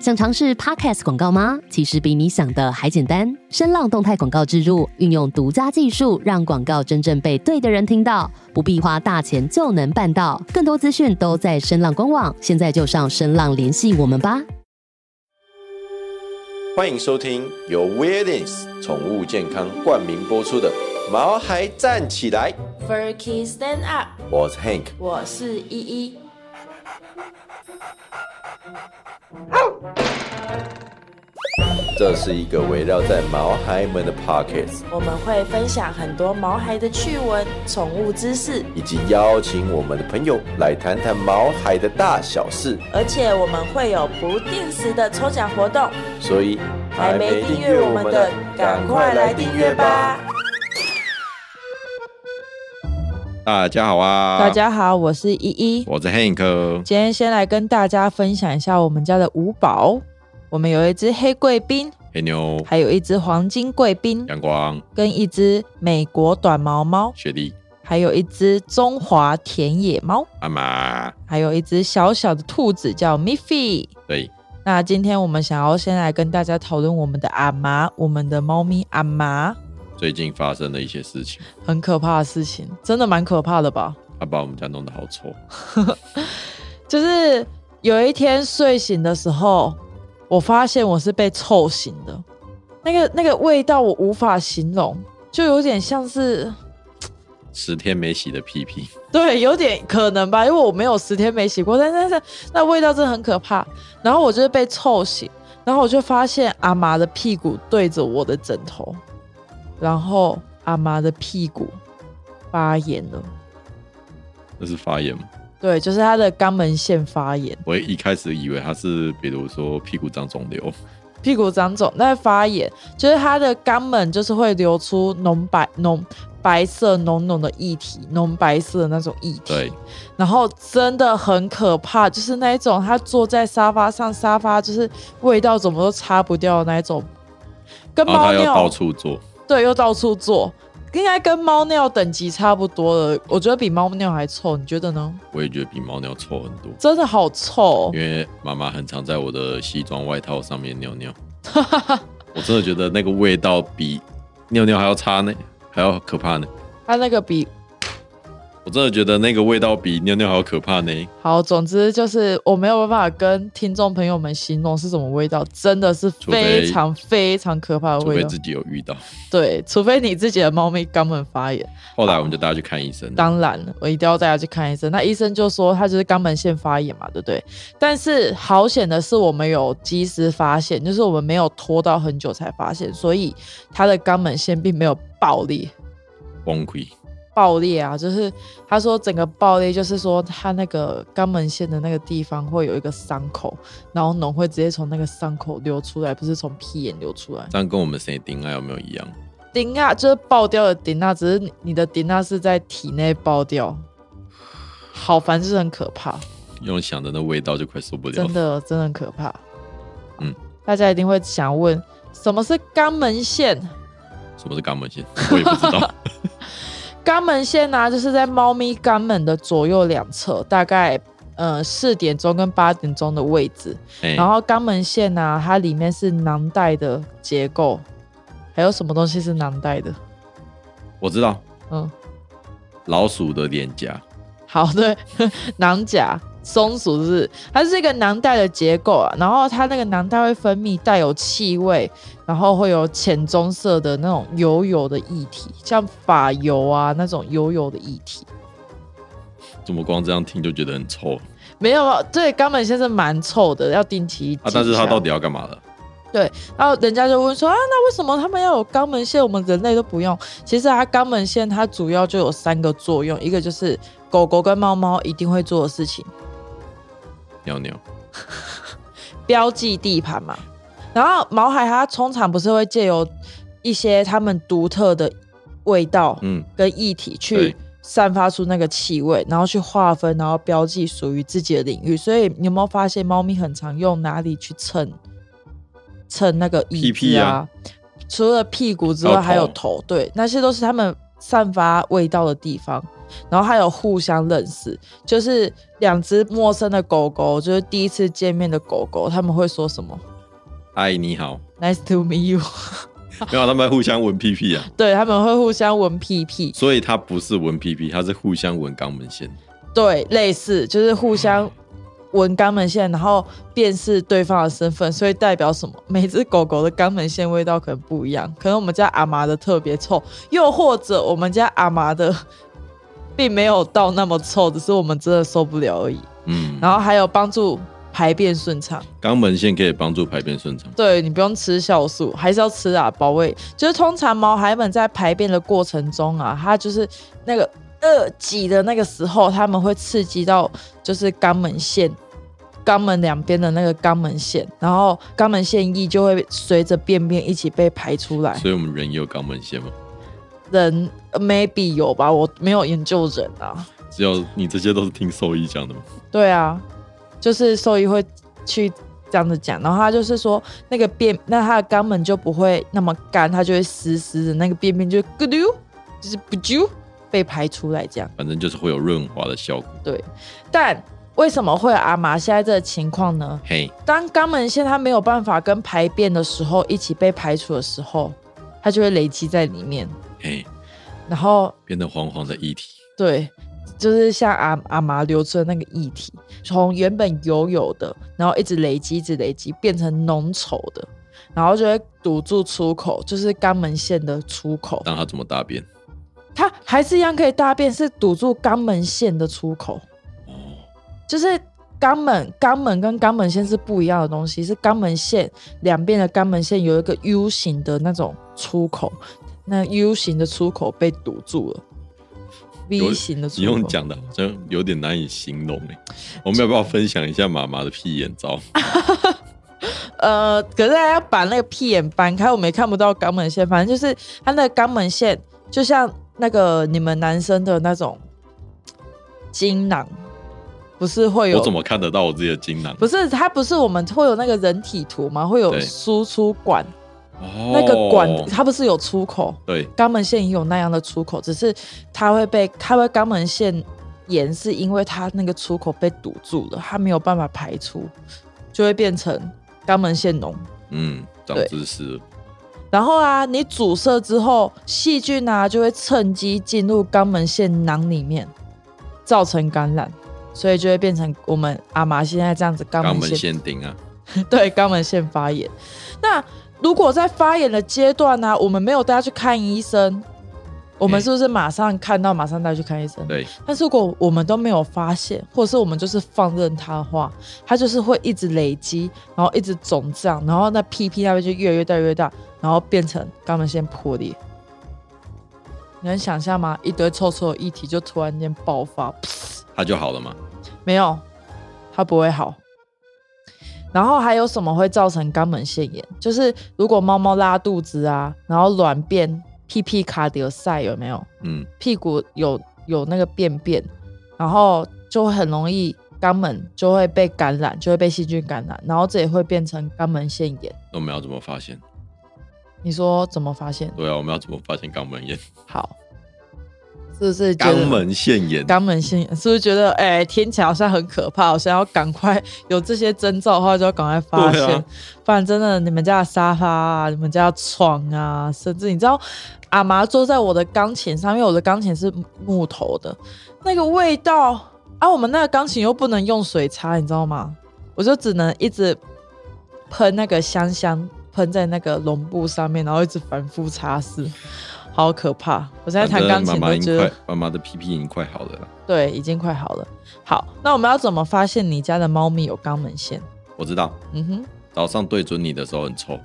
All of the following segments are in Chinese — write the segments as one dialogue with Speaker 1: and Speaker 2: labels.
Speaker 1: 想尝试 Podcast 广告吗？其实比你想的还简单。声浪动态广告植入，运用独家技术，让广告真正被对的人听到，不必花大钱就能办到。更多资讯都在声浪官网，现在就上声浪联系我们吧。
Speaker 2: 欢迎收听由 Weirdness 宠物健康冠名播出的《毛孩站起来》，
Speaker 3: Fur Kids Stand Up，
Speaker 2: 我是 Hank。
Speaker 3: 我是依依。
Speaker 2: 这是一个围绕在毛孩们的 Pockets，
Speaker 3: 我们会分享很多毛孩的趣闻、宠物知识，
Speaker 2: 以及邀请我们的朋友来谈谈毛孩的大小事。
Speaker 3: 而且我们会有不定时的抽奖活动。
Speaker 2: 所以
Speaker 3: 还没订阅我们的，赶快来订阅吧！！
Speaker 2: 大家好啊，
Speaker 3: 大，家好，我是依依。
Speaker 2: 我是 Hank。
Speaker 3: 今天先来跟大家分享一下我们家的五宝。我们有一只黑贵宾，
Speaker 2: 黑妞、
Speaker 3: 还有一只黄金贵宾，
Speaker 2: 阳光、
Speaker 3: 跟一只美国短毛猫，
Speaker 2: 雪莉、
Speaker 3: 还有一只中华田野猫，
Speaker 2: 阿玛，
Speaker 3: 还有一只小小的兔子叫 Miffy。
Speaker 2: 对，
Speaker 3: 那今天我们想要先来跟大家讨论我们的阿妈，我们的猫咪阿妈，
Speaker 2: 最近发生的一些事情，
Speaker 3: 很可怕的事情，真的蛮可怕的吧？
Speaker 2: 他把我们家弄得好丑。
Speaker 3: 就是有一天睡醒的时候，我发现我是被臭醒的，那个那个味道我无法形容，就有点像是，
Speaker 2: 十天没洗的屁屁，
Speaker 3: 对，有点可能吧，因为我没有十天没洗过，但但是那味道真的很可怕。然后我就是被臭醒，然后我就发现阿妈的屁股对着我的枕头，然后阿妈的屁股发炎了，
Speaker 2: 那是发炎吗？
Speaker 3: 对，就是她的肛门腺发炎，
Speaker 2: 我一开始以为他是，比如说屁股长肿瘤，
Speaker 3: 屁股长肿，那发炎就是她的肛门就是会流出浓白浓白色浓浓的液体，浓白色的那种液体。
Speaker 2: 对，
Speaker 3: 然后真的很可怕，就是那一种他坐在沙发上，沙发就是味道怎么都擦不掉的那一种，跟
Speaker 2: 然后
Speaker 3: 猫
Speaker 2: 哦他又
Speaker 3: 尿
Speaker 2: 到处做，
Speaker 3: 对又到处坐，应该跟猫尿等级差不多了，我觉得比猫尿还臭，你觉得呢？
Speaker 2: 我也觉得比猫尿臭很多，
Speaker 3: 真的好臭哦
Speaker 2: 因，为妈妈很常在我的西装外套上面尿 尿，我真的觉得那个味道比尿尿还要差呢，还要可怕呢。
Speaker 3: 它那个比
Speaker 2: 我真的觉得那个味道比尿尿还要可怕呢。
Speaker 3: 好，总之就是我没有办法跟听众朋友们形容是什么味道，真的是
Speaker 2: 除非
Speaker 3: 非常非常可怕的
Speaker 2: 除
Speaker 3: 味
Speaker 2: 非
Speaker 3: 道
Speaker 2: 自，己有遇到，
Speaker 3: 对，除非你自己的猫咪肛门发炎。
Speaker 2: 后来我们就带他去看医生。
Speaker 3: 当然，我一定要带他去看医生。那医生就说他就是肛门腺发炎嘛，对不对？但是好险的是，我们有及时发现，就是我们没有拖到很久才发现，所以他的肛门腺并没有爆裂。
Speaker 2: 崩溃，
Speaker 3: 爆裂啊，就是他说整个爆裂，就是说他那个肛门腺的那个地方会有一个伤口，然后脓会直接从那个伤口流出来，不是从屁眼流出来。
Speaker 2: 这样跟我们谁丁爱有没有一样？
Speaker 3: 顶啊，就是爆掉的顶啊，只是你的顶啊是在体内爆掉，好烦，就是很可怕。
Speaker 2: 用想的那味道就快受不了
Speaker 3: 真
Speaker 2: 了。
Speaker 3: 的真的很可怕。
Speaker 2: 嗯
Speaker 3: 嗯，大家一定会想问，什么是肛门腺？
Speaker 2: 什么是肛门腺？我也不知 道。
Speaker 3: 肛门腺呢、就是在猫咪肛门的左右两侧，大概呃四点钟跟八点钟的位置。
Speaker 2: 哎
Speaker 3: 然后肛门腺呢、它里面是囊袋的结构，还有什么东西是囊袋的？
Speaker 2: 我知道
Speaker 3: 嗯，
Speaker 2: 老鼠的脸颊，
Speaker 3: 好，对， 囊甲。松鼠是，它是一个囊袋的结构啊，然后它那个囊袋会分泌带有气味，然后会有浅棕色的那种油油的液体，像发油啊那种油油的液体。
Speaker 2: 怎么光这样听就觉得很臭
Speaker 3: 没有啊，对，肛门腺是蛮臭的，要定期
Speaker 2: 啊？但是它
Speaker 3: 检查
Speaker 2: 到底要干嘛的？
Speaker 3: 然后人家就问说啊，那为什么他们要有肛门腺，我们人类都不用？其实它肛门腺它主要就有三个作用，一个就是狗狗跟猫猫一定会做的事情，
Speaker 2: 尿尿。
Speaker 3: 标记地盘嘛。然后毛海它通常不是会借由一些它们独特的味道
Speaker 2: 嗯，
Speaker 3: 跟液体去
Speaker 2: 对
Speaker 3: 散发出那个气味，然后去划分，然后标记属于自己的领域。所以你有没有发现，猫咪很常用哪里去蹭蹭那个椅
Speaker 2: 屁屁
Speaker 3: 子
Speaker 2: 啊
Speaker 3: 啊？除了屁股之外，
Speaker 2: 还
Speaker 3: 还
Speaker 2: 有
Speaker 3: 有
Speaker 2: 头
Speaker 3: 头，对，那些都是它们散发味道的地方。然后还有互相认识，就是两只陌生的狗狗，就是第一次见面的狗狗，他们会说什么
Speaker 2: 嗨，你好，
Speaker 3: “Nice to meet you”，
Speaker 2: 没有，他们互相闻屁屁啊，
Speaker 3: 对他们会互相闻屁屁，
Speaker 2: 所以他不是闻屁屁，他是互相闻肛门腺。
Speaker 3: 对，类似就是互相闻肛门腺，然后辨识对方的身份，所以代表什么？每只狗狗的肛门腺味道可能不一样，可能我们家阿麻的特别臭，又或者我们家阿麻的 并没有到那么臭，只是我们真的受不了而已。
Speaker 2: 嗯，
Speaker 3: 然后还有帮助排便顺畅，
Speaker 2: 肛门腺可以帮助排便顺畅。
Speaker 3: 对你不用吃酵素，还是要吃啊，保卫。就是通常毛孩们在排便的过程中啊，它就是那个呃挤的那个时候，它们会刺激到就是肛门腺。肛门两边的那个肛门腺，然后肛门腺液就会随着便便一起被排出来。
Speaker 2: 所以我们人也有肛门腺吗？
Speaker 3: 人呃 maybe 有吧，我没有研究人啊。
Speaker 2: 只有你这些都是听兽医讲的吗？
Speaker 3: 对啊，就是兽医会去这样子讲，然后他就是说那个便，那他的肛门就不会那么干，它就会湿湿的，那个便便就咕溜，就是不啾被排出来这样。
Speaker 2: 反正就是会有润滑的效果。
Speaker 3: 但为什么会有阿麻现在这个情况呢？
Speaker 2: 嘿，
Speaker 3: 当肛门腺它没有办法跟排便的时候一起被排除的时候，它就会累积在里面，
Speaker 2: 嘿，
Speaker 3: 然后
Speaker 2: 变得黄黄的液体。
Speaker 3: 对，就是像阿阿麻流出的那个液体，从原本油油的，然后一直累积，一直累积，变成浓稠的，然后就会堵住出口，就是肛门腺的出口。
Speaker 2: 让它怎么大便？
Speaker 3: 它还是一样可以大便，是堵住肛门腺的出口，
Speaker 2: 哦，
Speaker 3: 就是。肛门、肛门跟肛门腺是不一样的东西，是肛门腺两边的肛门腺有一个 U 型的那种出口，那 U 型的出口被堵住了
Speaker 2: 有
Speaker 3: ，V 型的出口。
Speaker 2: 你用讲的，好像有点难以形容哎。我们要不要分享一下妈妈的屁眼招？
Speaker 3: 呃，可是还要把那个屁眼搬开，我们也看不到肛门线，反正就是它那个肛门线，就像那个你们男生的那种精囊，不是会有
Speaker 2: 我怎？么看得到我自己的精囊？
Speaker 3: 不是，它不是我们会有那个人体图吗？会有
Speaker 2: 对
Speaker 3: 输出管，
Speaker 2: 哦
Speaker 3: 那个管它不是有出口，
Speaker 2: 对，
Speaker 3: 肛门腺也有那样的出口，只是它会被它会肛门腺炎，是因为它那个出口被堵住了，它没有办法排出，就会变成肛门腺脓。
Speaker 2: 嗯，长
Speaker 3: 对
Speaker 2: 知识了。
Speaker 3: 然后啊，你阻塞之后，细菌啊就会趁机进入肛门腺囊里面，造成感染，所以就会变成我们阿妈现在这样子肛
Speaker 2: 肛
Speaker 3: 门
Speaker 2: 门
Speaker 3: 腺
Speaker 2: 腺钉啊，
Speaker 3: 对肛门腺发炎。那如果在发炎的阶段啊呢、我们没有带他去看医生，我们
Speaker 2: 嗯
Speaker 3: 是不是马上看到马上带他去看医生？
Speaker 2: 对，
Speaker 3: 但是如果我们都没有发现，或者是我们就是放任它的话，它就是会一直累积，然后一直肿胀，然后那屁屁那边就越来越大越来越大，然后变成肛门腺破裂。你能想象吗？一堆臭臭的液体就突然间爆发，
Speaker 2: 它就好了嘛。
Speaker 3: 没有，它不会好。然后还有什么会造成肛门腺炎？就是如果猫猫拉肚子啊，然后软便、屁屁卡迪塞有没有？
Speaker 2: 嗯，
Speaker 3: 屁股有有那个便便，然后就很容易肛门就会被感染，就会被细菌感染，然后这也会变成肛门腺炎。
Speaker 2: 那我们要怎么发现？
Speaker 3: 你说怎么发现？
Speaker 2: 对啊，我们要怎么发现肛门炎？
Speaker 3: 好，是不是觉得
Speaker 2: 肛门腺炎，
Speaker 3: 肛门腺炎？是不是觉得哎、听起来好像很可怕，好像要赶快有这些征兆的话，就要赶快发
Speaker 2: 对啊
Speaker 3: 现，不然真的你们家的沙发啊，你们家的床啊，甚至你知道阿妈坐在我的钢琴上，因为我的钢琴是木头的，那个味道啊，我们那个钢琴又不能用水擦，你知道吗？我就只能一直喷那个香香，喷在那个绒布上面，然后一直反复擦拭，好可怕！我现在弹钢
Speaker 2: 反正妈
Speaker 3: 琴
Speaker 2: 妈
Speaker 3: 都
Speaker 2: 已
Speaker 3: 觉
Speaker 2: 经
Speaker 3: 得
Speaker 2: 快，妈妈的屁屁已经快好了啦。
Speaker 3: 对，已经快好了。好，那我们要怎么发现你家的猫咪有肛门腺？
Speaker 2: 我知道，
Speaker 3: 嗯哼。
Speaker 2: 早上对准你的时候很臭，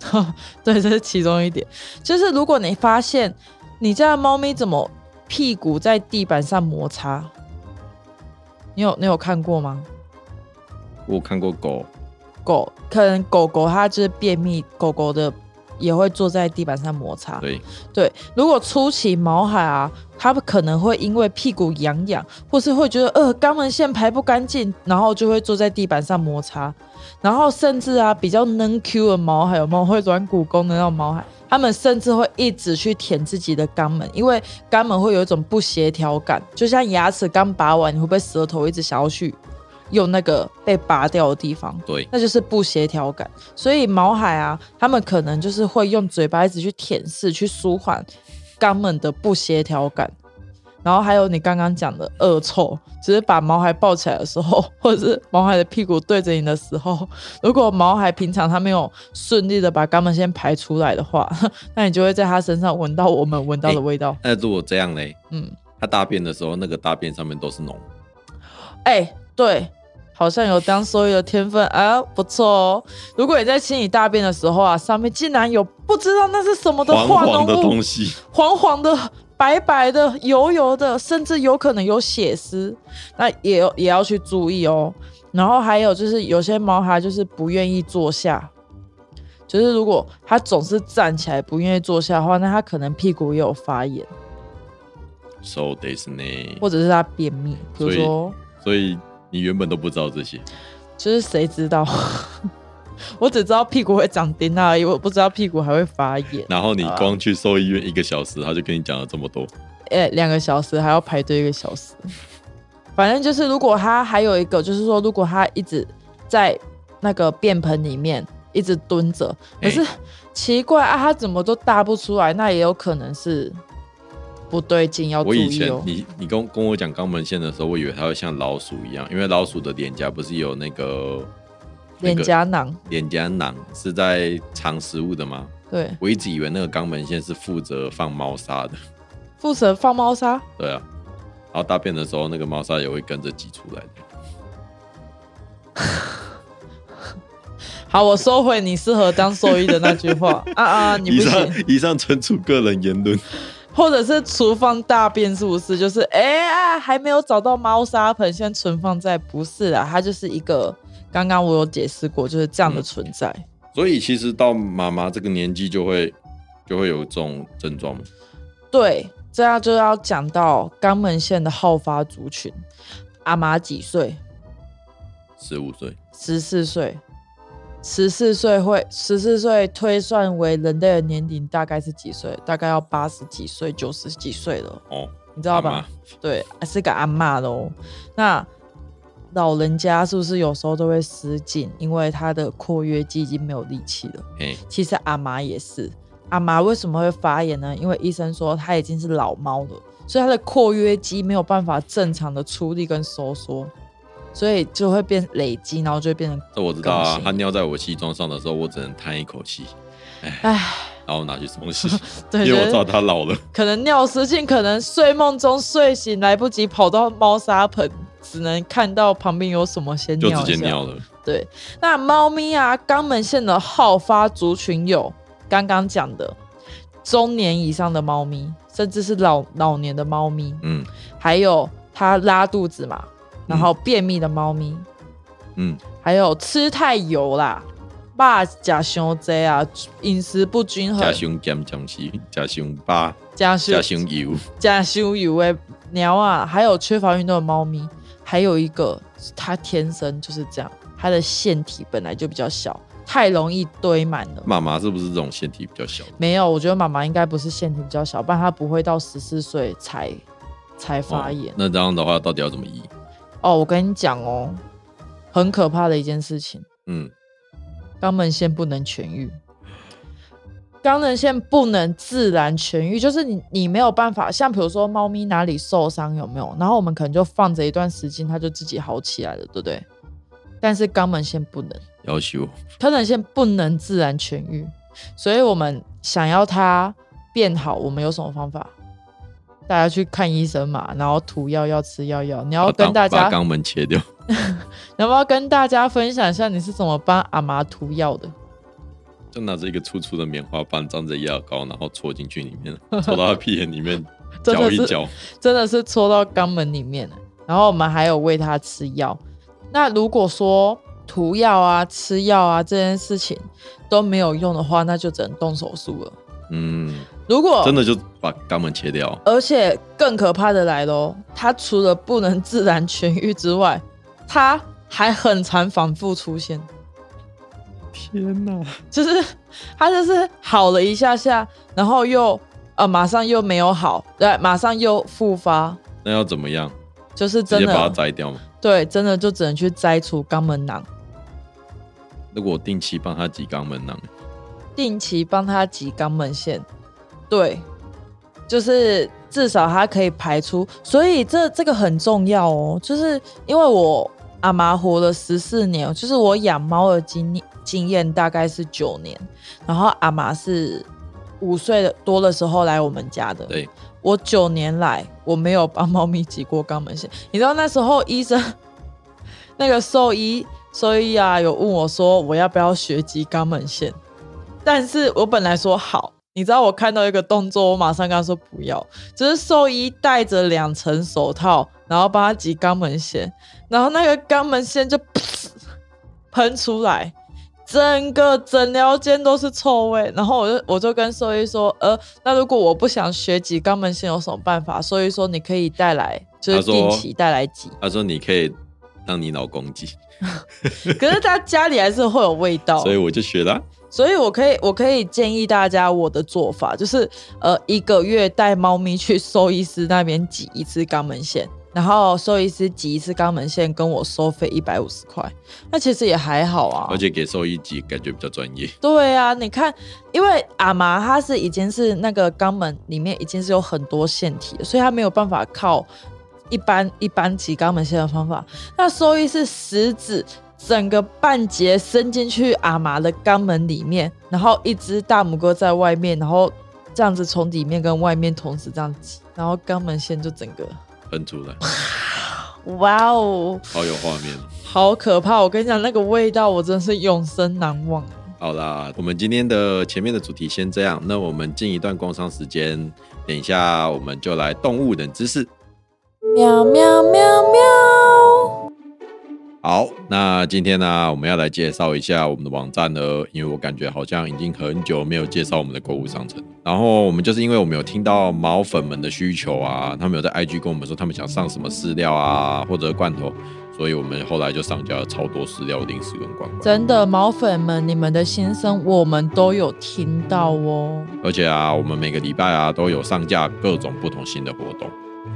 Speaker 3: 对，这是其中一点。就是如果你发现你家的猫咪怎么屁股在地板上摩擦，你有你有看过吗？
Speaker 2: 我看过狗，
Speaker 3: 狗可能狗狗它就是便秘，狗狗的也会坐在地板上摩擦。
Speaker 2: 对，
Speaker 3: 对，如果初期毛孩啊，它可能会因为屁股痒痒，或是会觉得呃肛门腺排不干净，然后就会坐在地板上摩擦，然后甚至啊比较嫩 Q 的毛孩有没有会软骨功的那种毛孩，他们甚至会一直去舔自己的肛门，因为肛门会有一种不协调感，就像牙齿刚拔完，你会不会舌头一直想要去用那个被拔掉的地方？
Speaker 2: 对，
Speaker 3: 那就是不协调感。所以毛海啊，他们可能就是会用嘴巴一直去舔舐，去舒缓肛门的不协调感。然后还有你刚刚讲的恶臭，只是把毛孩抱起来的时候，或者是毛孩的屁股对着你的时候，如果毛孩平常他没有顺利的把肛门先排出来的话， 那你就会在他身上闻到我们闻到的味道。
Speaker 2: 那如果这样嘞，
Speaker 3: 嗯，
Speaker 2: 他大便的时候，那个大便上面都是脓，
Speaker 3: 哎、对，好像有当兽医的天分啊，不错哦。如果你在清理大便的时候啊，上面竟然有不知道那是什么的
Speaker 2: 黄
Speaker 3: 化脓
Speaker 2: 黄的
Speaker 3: 物，
Speaker 2: 东西，
Speaker 3: 黄黄的、白白的、油油的，甚至有可能有血丝，那也有也要去注意哦。然后还有就是有些毛孩就是不愿意坐下，就是如果他总是站起来不愿意坐下的话，那他可能屁股也有发炎，
Speaker 2: so this 呢？
Speaker 3: 或者是他便秘，比如
Speaker 2: 所以
Speaker 3: 说。
Speaker 2: 所以你原本都不知道这些，
Speaker 3: 就是谁知道？ 我只知道屁股会长钉而已，我不知道屁股还会发炎。
Speaker 2: 然后你光去兽医院一个小时，他就跟你讲了这么多。
Speaker 3: 哎、两个小时还要排队一个小时。反正就是，如果他还有一个，就是说，如果他一直在那个便盆里面一直蹲着，可是、
Speaker 2: 哎
Speaker 3: 奇怪啊，他怎么都大不出来？那也有可能是不对劲，要注
Speaker 2: 我以
Speaker 3: 意
Speaker 2: 前
Speaker 3: 哦。
Speaker 2: 你你跟跟我讲肛门腺的时候，我以为它会像老鼠一样，因为老鼠的脸颊不是有那个
Speaker 3: 脸颊囊，
Speaker 2: 那个脸颊囊是在藏食物的吗？
Speaker 3: 对，
Speaker 2: 我一直以为那个肛门腺是负责放猫砂的，
Speaker 3: 腹蛇放猫砂，
Speaker 2: 对啊，然后大便的时候那个猫砂也会跟着挤出来的。
Speaker 3: 好，我收回你适合当兽医的那句话啊啊！你
Speaker 2: 以
Speaker 3: 不
Speaker 2: 上
Speaker 3: 行，
Speaker 2: 以上纯属个人言论，
Speaker 3: 或者是存放大便是不是？就是哎、啊，还没有找到猫砂盆，先存放在不是啊，它就是一个刚刚我有解释过，就是这样的存在。
Speaker 2: 所以其实到妈妈这个年纪就会就会有这种症状吗。
Speaker 3: 对，这样就要讲到肛门腺的好发族群，阿妈几岁？
Speaker 2: 十五岁，
Speaker 3: 十四岁。十四岁会，十四岁推算为人类的年龄大概是几岁？大概要八十几岁、九十几岁了，
Speaker 2: 哦，
Speaker 3: 你知道吧？
Speaker 2: 阿嬷？
Speaker 3: 对，是个阿嬷喽。那老人家是不是有时候都会失禁，因为他的括约肌已经没有力气了？
Speaker 2: 哎，
Speaker 3: 其实阿嬷也是，阿嬷为什么会发炎呢？因为医生说她已经是老猫了，所以她的括约肌没有办法正常的出力跟收缩，所以就会变累积，然后就会变成
Speaker 2: 这我知道
Speaker 3: 更
Speaker 2: 啊。
Speaker 3: 新
Speaker 2: 它尿在我西装上的时候，我只能叹一口气，哎
Speaker 3: 唉，
Speaker 2: 然后拿去冲 洗，
Speaker 3: 对，
Speaker 2: 因为我
Speaker 3: 就
Speaker 2: 知道
Speaker 3: 是
Speaker 2: 它老 了。
Speaker 3: 可能尿失禁，可能睡梦中睡醒来不及跑到猫砂盆，只能看到旁边有什么先
Speaker 2: 就
Speaker 3: 尿
Speaker 2: 直
Speaker 3: 一
Speaker 2: 接
Speaker 3: 下
Speaker 2: 尿了。
Speaker 3: 对，那猫咪啊，肛门腺的好发族群有刚刚讲的中年以上的猫咪，甚至是老老年的猫咪，
Speaker 2: 嗯
Speaker 3: 还有它拉肚子嘛，然后便秘的猫咪，
Speaker 2: 嗯，
Speaker 3: 还有吃太油啦。爸假胸 Z 啊，饮食不均衡
Speaker 2: 加，胸减减息，加胸八，
Speaker 3: 加
Speaker 2: 加
Speaker 3: 胸
Speaker 2: 胸油，
Speaker 3: 加胸油的鸟啊，还有缺乏运动的猫咪，还有一个它天生就是这样，它的腺体本来就比较小，太容易堆满了。
Speaker 2: 妈妈是不是这种腺体比较小？哦
Speaker 3: 没有，我觉得妈妈应该不是腺体比较小，不然她不会到十四岁才才发炎
Speaker 2: 哦。那这样的话，到底要怎么医？
Speaker 3: 哦我跟你讲哦，很可怕的一件事情，
Speaker 2: 嗯，
Speaker 3: 肛门腺不能痊愈，肛门腺不能自然痊愈，就是你你没有办法，像比如说猫咪哪里受伤有没有？然后我们可能就放着一段时间，它就自己好起来了，对不对？但是肛门腺不能。
Speaker 2: 要修
Speaker 3: 可能性不能自然痊愈，所以我们想要它变好，我们有什么方法？大家去看医生嘛，然后涂药要吃药药。你要
Speaker 2: 把
Speaker 3: 跟
Speaker 2: 肛
Speaker 3: 大家
Speaker 2: 把，肛门切掉。
Speaker 3: 你要不要跟大家分享一下你是怎么帮阿妈涂药的？
Speaker 2: 就拿着一个粗粗的棉花棒，沾着药膏，然后戳进去里 面，戳到他屁眼里面
Speaker 3: 真
Speaker 2: 搅
Speaker 3: 的
Speaker 2: 一
Speaker 3: 是
Speaker 2: 搅。
Speaker 3: 真的是戳到肛门里面了。然后我们还有喂它吃药。那如果说涂药啊、吃药啊这件事情都没有用的话，那就只能动手术了。
Speaker 2: 嗯，
Speaker 3: 如果
Speaker 2: 真的就把肛门切掉。
Speaker 3: 而且更可怕的来喽，它除了不能自然痊愈之外，它还很常反复出现。
Speaker 2: 天哪！
Speaker 3: 就是他就是好了一下下，然后又呃马上又没有好，对，马上又复发，
Speaker 2: 那要怎么样？
Speaker 3: 就是
Speaker 2: 直
Speaker 3: 真
Speaker 2: 接把它
Speaker 3: 的哦
Speaker 2: 摘掉吗？
Speaker 3: 对，真的就只能去摘除肛门囊，
Speaker 2: 如果我定期帮他挤肛门囊，
Speaker 3: 定期帮他挤肛门腺，对，就是至少它可以排出，所以这这个很重要哦，就是因为我阿妈活了十四年，就是我养猫的经经验大概是九年，然后阿妈是五岁的多的时候来我们家的，
Speaker 2: 对，
Speaker 3: 我九年来我没有帮猫咪挤过肛门腺，你知道那时候医生那个兽医兽医啊有问我说我要不要学挤肛门腺，但是我本来说好，你知道我看到一个动作，我马上跟他说不要，就是兽医戴着两层手套，然后帮他挤肛门腺，然后那个肛门腺就喷出来。整个诊疗间都是臭味，然后我就我就跟兽医说，呃，那如果我不想学挤肛门腺有什么办法？兽医说你可以带来，就是
Speaker 2: 他说
Speaker 3: 定期带来挤，
Speaker 2: 他说你可以让你老公挤，
Speaker 3: 可是他家里还是会有味道，
Speaker 2: 所以我就学了啊、
Speaker 3: 所以我可以我可以建议大家我的做法就是，呃，一个月带猫咪去兽医师那边挤一次肛门腺，然后兽医师挤一次肛门腺跟我收费一百五十块，那其实也还好啊。
Speaker 2: 而且给兽医挤感觉比较专业。
Speaker 3: 对啊，你看，因为阿麻它是已经是那个肛门里面已经是有很多腺体了，所以它没有办法靠一般一般挤肛门腺的方法。那兽医是食指整个半截伸进去阿麻的肛门里面，然后一只大拇哥在外面，然后这样子从里面跟外面同时这样挤，然后肛门腺就整个
Speaker 2: 喷出来，
Speaker 3: 哇哦，
Speaker 2: 好有画面。
Speaker 3: 好可怕！我跟你讲，那个味道我真是永生难忘。
Speaker 2: 好啦，我们今天的前面的主题先这样，那我们进一段工商时间，等一下我们就来动物冷知识。
Speaker 3: 喵喵喵喵。
Speaker 2: 好，那今天呢、我们要来介绍一下我们的网站了，因为我感觉好像已经很久没有介绍我们的购物商城。然后我们就是因为我们有听到毛粉们的需求啊，他们有在 IG 跟我们说他们想上什么饲料啊，或者罐头，所以我们后来就上架了超多饲料、零食跟罐罐。
Speaker 3: 真的，毛粉们，你们的心声我们都有听到哦。
Speaker 2: 而且啊，我们每个礼拜啊都有上架各种不同新的活动，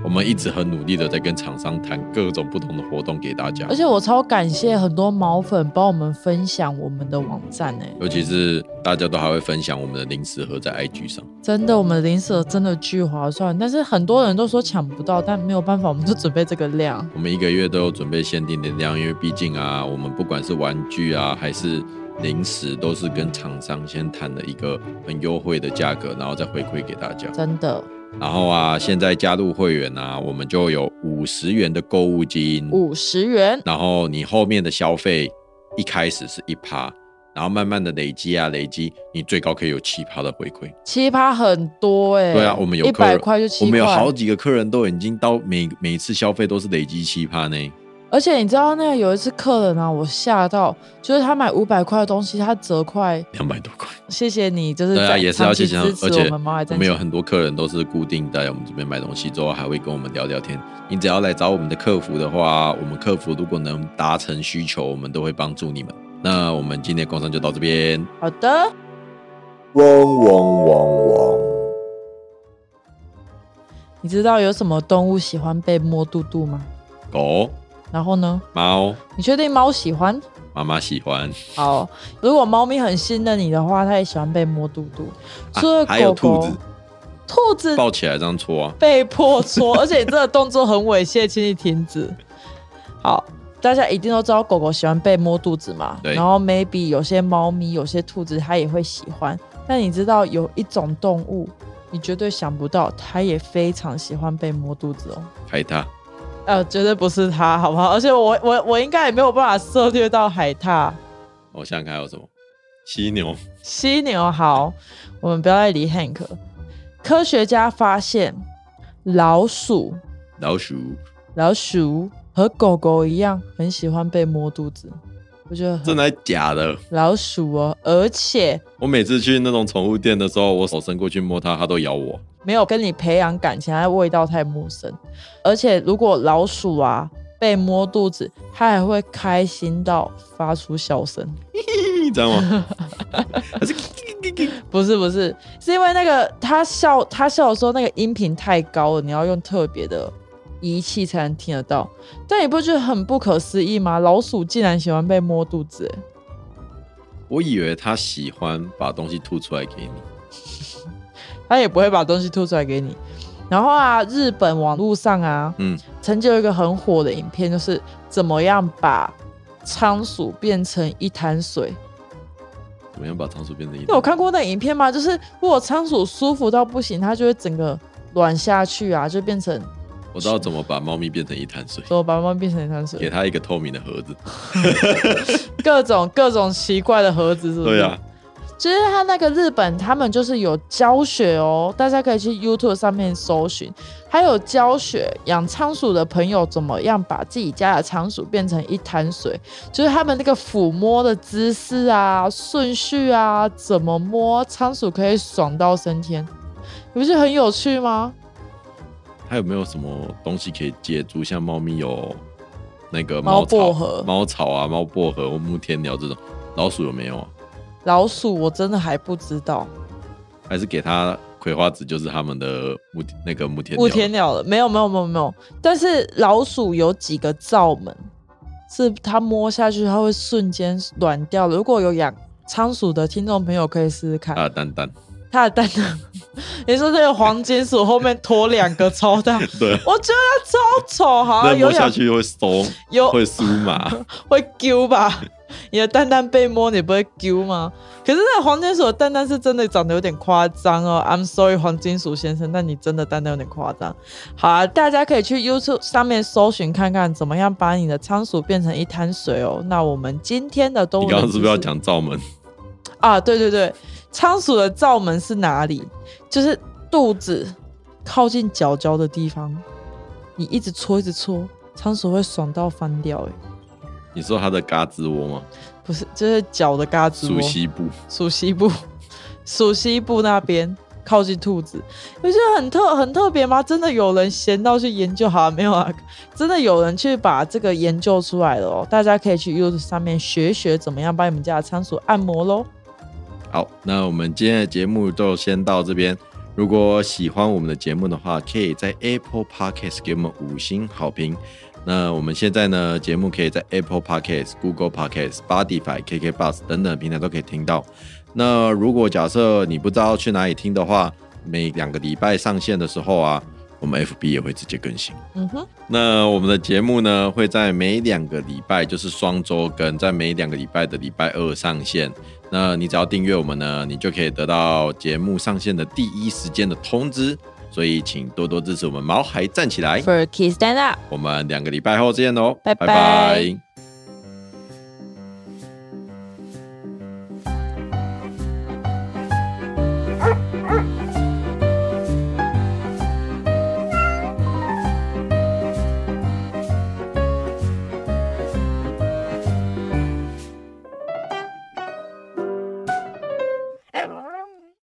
Speaker 2: 我们一直很努力的在跟厂商谈各种不同的活动给大家
Speaker 3: 而。且我超感谢很多毛粉帮我们分享我们的网站哎，
Speaker 2: 尤其是大家都还会分享我们的零食盒在 IG 上，
Speaker 3: 真的，我们的零食真的巨划算。但是很多人都说抢不到，但没有办法，我们就准备这个量。
Speaker 2: 我们一个月都有准备限定的量，因为毕竟啊，我们不管是玩具啊还是零食，都是跟厂商先谈了一个很优惠的价格，然后再回馈给大家。
Speaker 3: 真的，
Speaker 2: 然后啊，现在加入会员啊，我们就有五十元的购物金，
Speaker 3: 五十元，
Speaker 2: 然后你后面的消费一开始是一趴，然后慢慢的累积啊累积，你最高可以有七趴的回馈。
Speaker 3: 奇葩很多哎。
Speaker 2: 对啊，我们有
Speaker 3: 一
Speaker 2: 客
Speaker 3: 百
Speaker 2: 人，
Speaker 3: 块就七
Speaker 2: 我们
Speaker 3: 块，
Speaker 2: 有好几个客人都已经到每每一次消费都是累积七趴呢。
Speaker 3: 而且你知道那个有一次客人啊，我吓到，就是他买五百块的东西，他折块，
Speaker 2: 两百多块，
Speaker 3: 谢谢你，就是
Speaker 2: 对啊，
Speaker 3: 在
Speaker 2: 也是要
Speaker 3: 长
Speaker 2: 谢
Speaker 3: 期
Speaker 2: 谢他们
Speaker 3: 支，持
Speaker 2: 而且
Speaker 3: 我们猫爱
Speaker 2: 我
Speaker 3: 站
Speaker 2: 们
Speaker 3: 起
Speaker 2: 有
Speaker 3: 来
Speaker 2: 很多客人都是固定在我们这边买东西之后，还会跟我们聊聊天。你只要来找我们的客服的话，我们客服如果能达成需求，我们都会帮助你们。那我们今天的工商就到这边，
Speaker 3: 好的。
Speaker 2: 嗡嗡嗡嗡。
Speaker 3: 你知道有什么动物喜欢被摸肚肚吗？
Speaker 2: 狗、
Speaker 3: 然后呢？
Speaker 2: 猫，
Speaker 3: 你确定猫喜欢？
Speaker 2: 妈妈喜欢。
Speaker 3: 好，如果猫咪很信任你的话，它也喜欢被摸肚肚。除了狗狗，
Speaker 2: 啊还有兔子，
Speaker 3: 兔子
Speaker 2: 抱起来这样搓啊。
Speaker 3: 被迫搓， 而且你这个动作很猥亵，请你停止。好，大家一定都知道狗狗喜欢被摸肚子嘛，
Speaker 2: 对
Speaker 3: 然后 maybe 有些猫咪、有些兔子它也会喜欢。但你知道有一种动物，你绝对想不到，它也非常喜欢被摸肚子哦。
Speaker 2: 海獭，
Speaker 3: 呃，绝对不是他，好不好？而且我我我应该也没有办法涉猎到海獭、
Speaker 2: 我想想看还有什么？犀牛，
Speaker 3: 犀牛。哦好，我们不要再理 Hank 了。科学家发现，老鼠、
Speaker 2: 老鼠，
Speaker 3: 老鼠和狗狗一样，很喜欢被摸肚子。我觉得很
Speaker 2: 真的还假的？
Speaker 3: 老鼠哦，而且
Speaker 2: 我每次去那种宠物店的时候，我手伸过去摸它，它都咬我。
Speaker 3: 没有跟你培养感情，它的味道太陌生。而且如果老鼠啊被摸肚子，它还会开心到发出笑声。
Speaker 2: 这样吗？ 还是
Speaker 3: 不是不是，是因为那个他笑他笑的时候那个音频太高了，你要用特别的仪器才能听得到。但你不觉得很不可思议吗？老鼠竟然喜欢被摸肚子、欸
Speaker 2: 我以为他喜欢把东西吐出来给你。
Speaker 3: 它也不会把东西吐出来给你。然后啊，日本网络上啊，
Speaker 2: 嗯，
Speaker 3: 曾经有一个很火的影片，就是怎么样把仓鼠变成一滩水。
Speaker 2: 怎么样把仓鼠变成一？
Speaker 3: 你有看过那影片吗？就是如果仓鼠舒服到不行，它就会整个软下去啊，就变成
Speaker 2: 我知道怎么把猫咪变成一滩水，
Speaker 3: 怎么把猫变成一滩水，
Speaker 2: 给它一个透明的盒子。
Speaker 3: 各种各种奇怪的盒子，是不是？
Speaker 2: 对啊，
Speaker 3: 就是他那个日本，他们就是有教学哦，大家可以去 YouTube 上面搜寻，还有教学养仓鼠的朋友怎么样把自己家的仓鼠变成一滩水，就是他们那个抚摸的姿势啊、顺序啊，怎么摸仓鼠可以爽到升天，你不是很有趣吗？
Speaker 2: 它有没有什么东西可以借助？像猫咪有那个
Speaker 3: 猫
Speaker 2: 猫草
Speaker 3: 薄荷
Speaker 2: 猫草啊、猫薄荷或木天鸟这种，老鼠有没有啊？
Speaker 3: 老鼠我真的还不知道，
Speaker 2: 还是给它葵花籽，就是他们的木那个木天鸟
Speaker 3: 雾天鸟了，没有没有没有没有，但是老鼠有几个罩门，是它摸下去它会瞬间软掉的。如果有养仓鼠的听众朋友可以试试看，
Speaker 2: 啊蛋蛋，
Speaker 3: 它的蛋呢？你说这个黄金鼠后面拖两个超大，
Speaker 2: 对，啊
Speaker 3: 我觉得超丑，好
Speaker 2: 那
Speaker 3: 像啊有
Speaker 2: 摸下
Speaker 3: 养
Speaker 2: 去会松，
Speaker 3: 有
Speaker 2: 会酥麻。
Speaker 3: 会 揪吧？你的蛋蛋被摸，你不会揪吗？可是那个黄金鼠的蛋蛋是真的长得有点夸张哦。I'm sorry，黄金鼠先生，但你真的蛋蛋有点夸张。好啊，大家可以去 YouTube 上面搜寻看看，怎么样把你的仓鼠变成一滩水哦。那 我们今天的动物
Speaker 2: 你
Speaker 3: 的
Speaker 2: 刚刚是不是要
Speaker 3: 知识
Speaker 2: 讲罩门？
Speaker 3: 啊？对对对，仓鼠的罩门是哪里？就是肚子靠近脚脚的地方，你一直搓一直搓，仓鼠会爽到翻掉、欸。
Speaker 2: 你说它的嘎吱窝吗？
Speaker 3: 不是，就是脚的嘎吱
Speaker 2: 熟
Speaker 3: 窝。
Speaker 2: 悉部，
Speaker 3: 属西部， 属西部那边靠近兔子，你觉得很特很特别吗？真的有人闲到去研究？好、啊，没有啊，真的有人去把这个研究出来了哦。大家可以去 YouTube 上面学学怎么样把你们家的仓鼠按摩喽。
Speaker 2: 好，那我们今天的节目就先到这边。如果喜欢我们的节目的话，可以在 Apple Podcast 给我们五星好评。那我们现在呢，节目可以在 Apple Podcast、Google Podcast、Spotify、KK Bus 等等平台都可以听到。那如果假设你不知道去哪里听的话，每两个礼拜上线的时候啊，我们 FB 也会直接更新。
Speaker 3: 嗯哼，
Speaker 2: 那我们的节目呢，会在每两个礼拜，就是双周更，在每两个礼拜的礼拜二上线。那你只要订阅我们呢，你就可以得到节目上线的第一时间的通知。所以，请多多支持我们毛孩站起来。
Speaker 3: ，For Kiss Stand Up。
Speaker 2: 我们两个礼拜后见喽，
Speaker 3: 拜拜
Speaker 2: 拜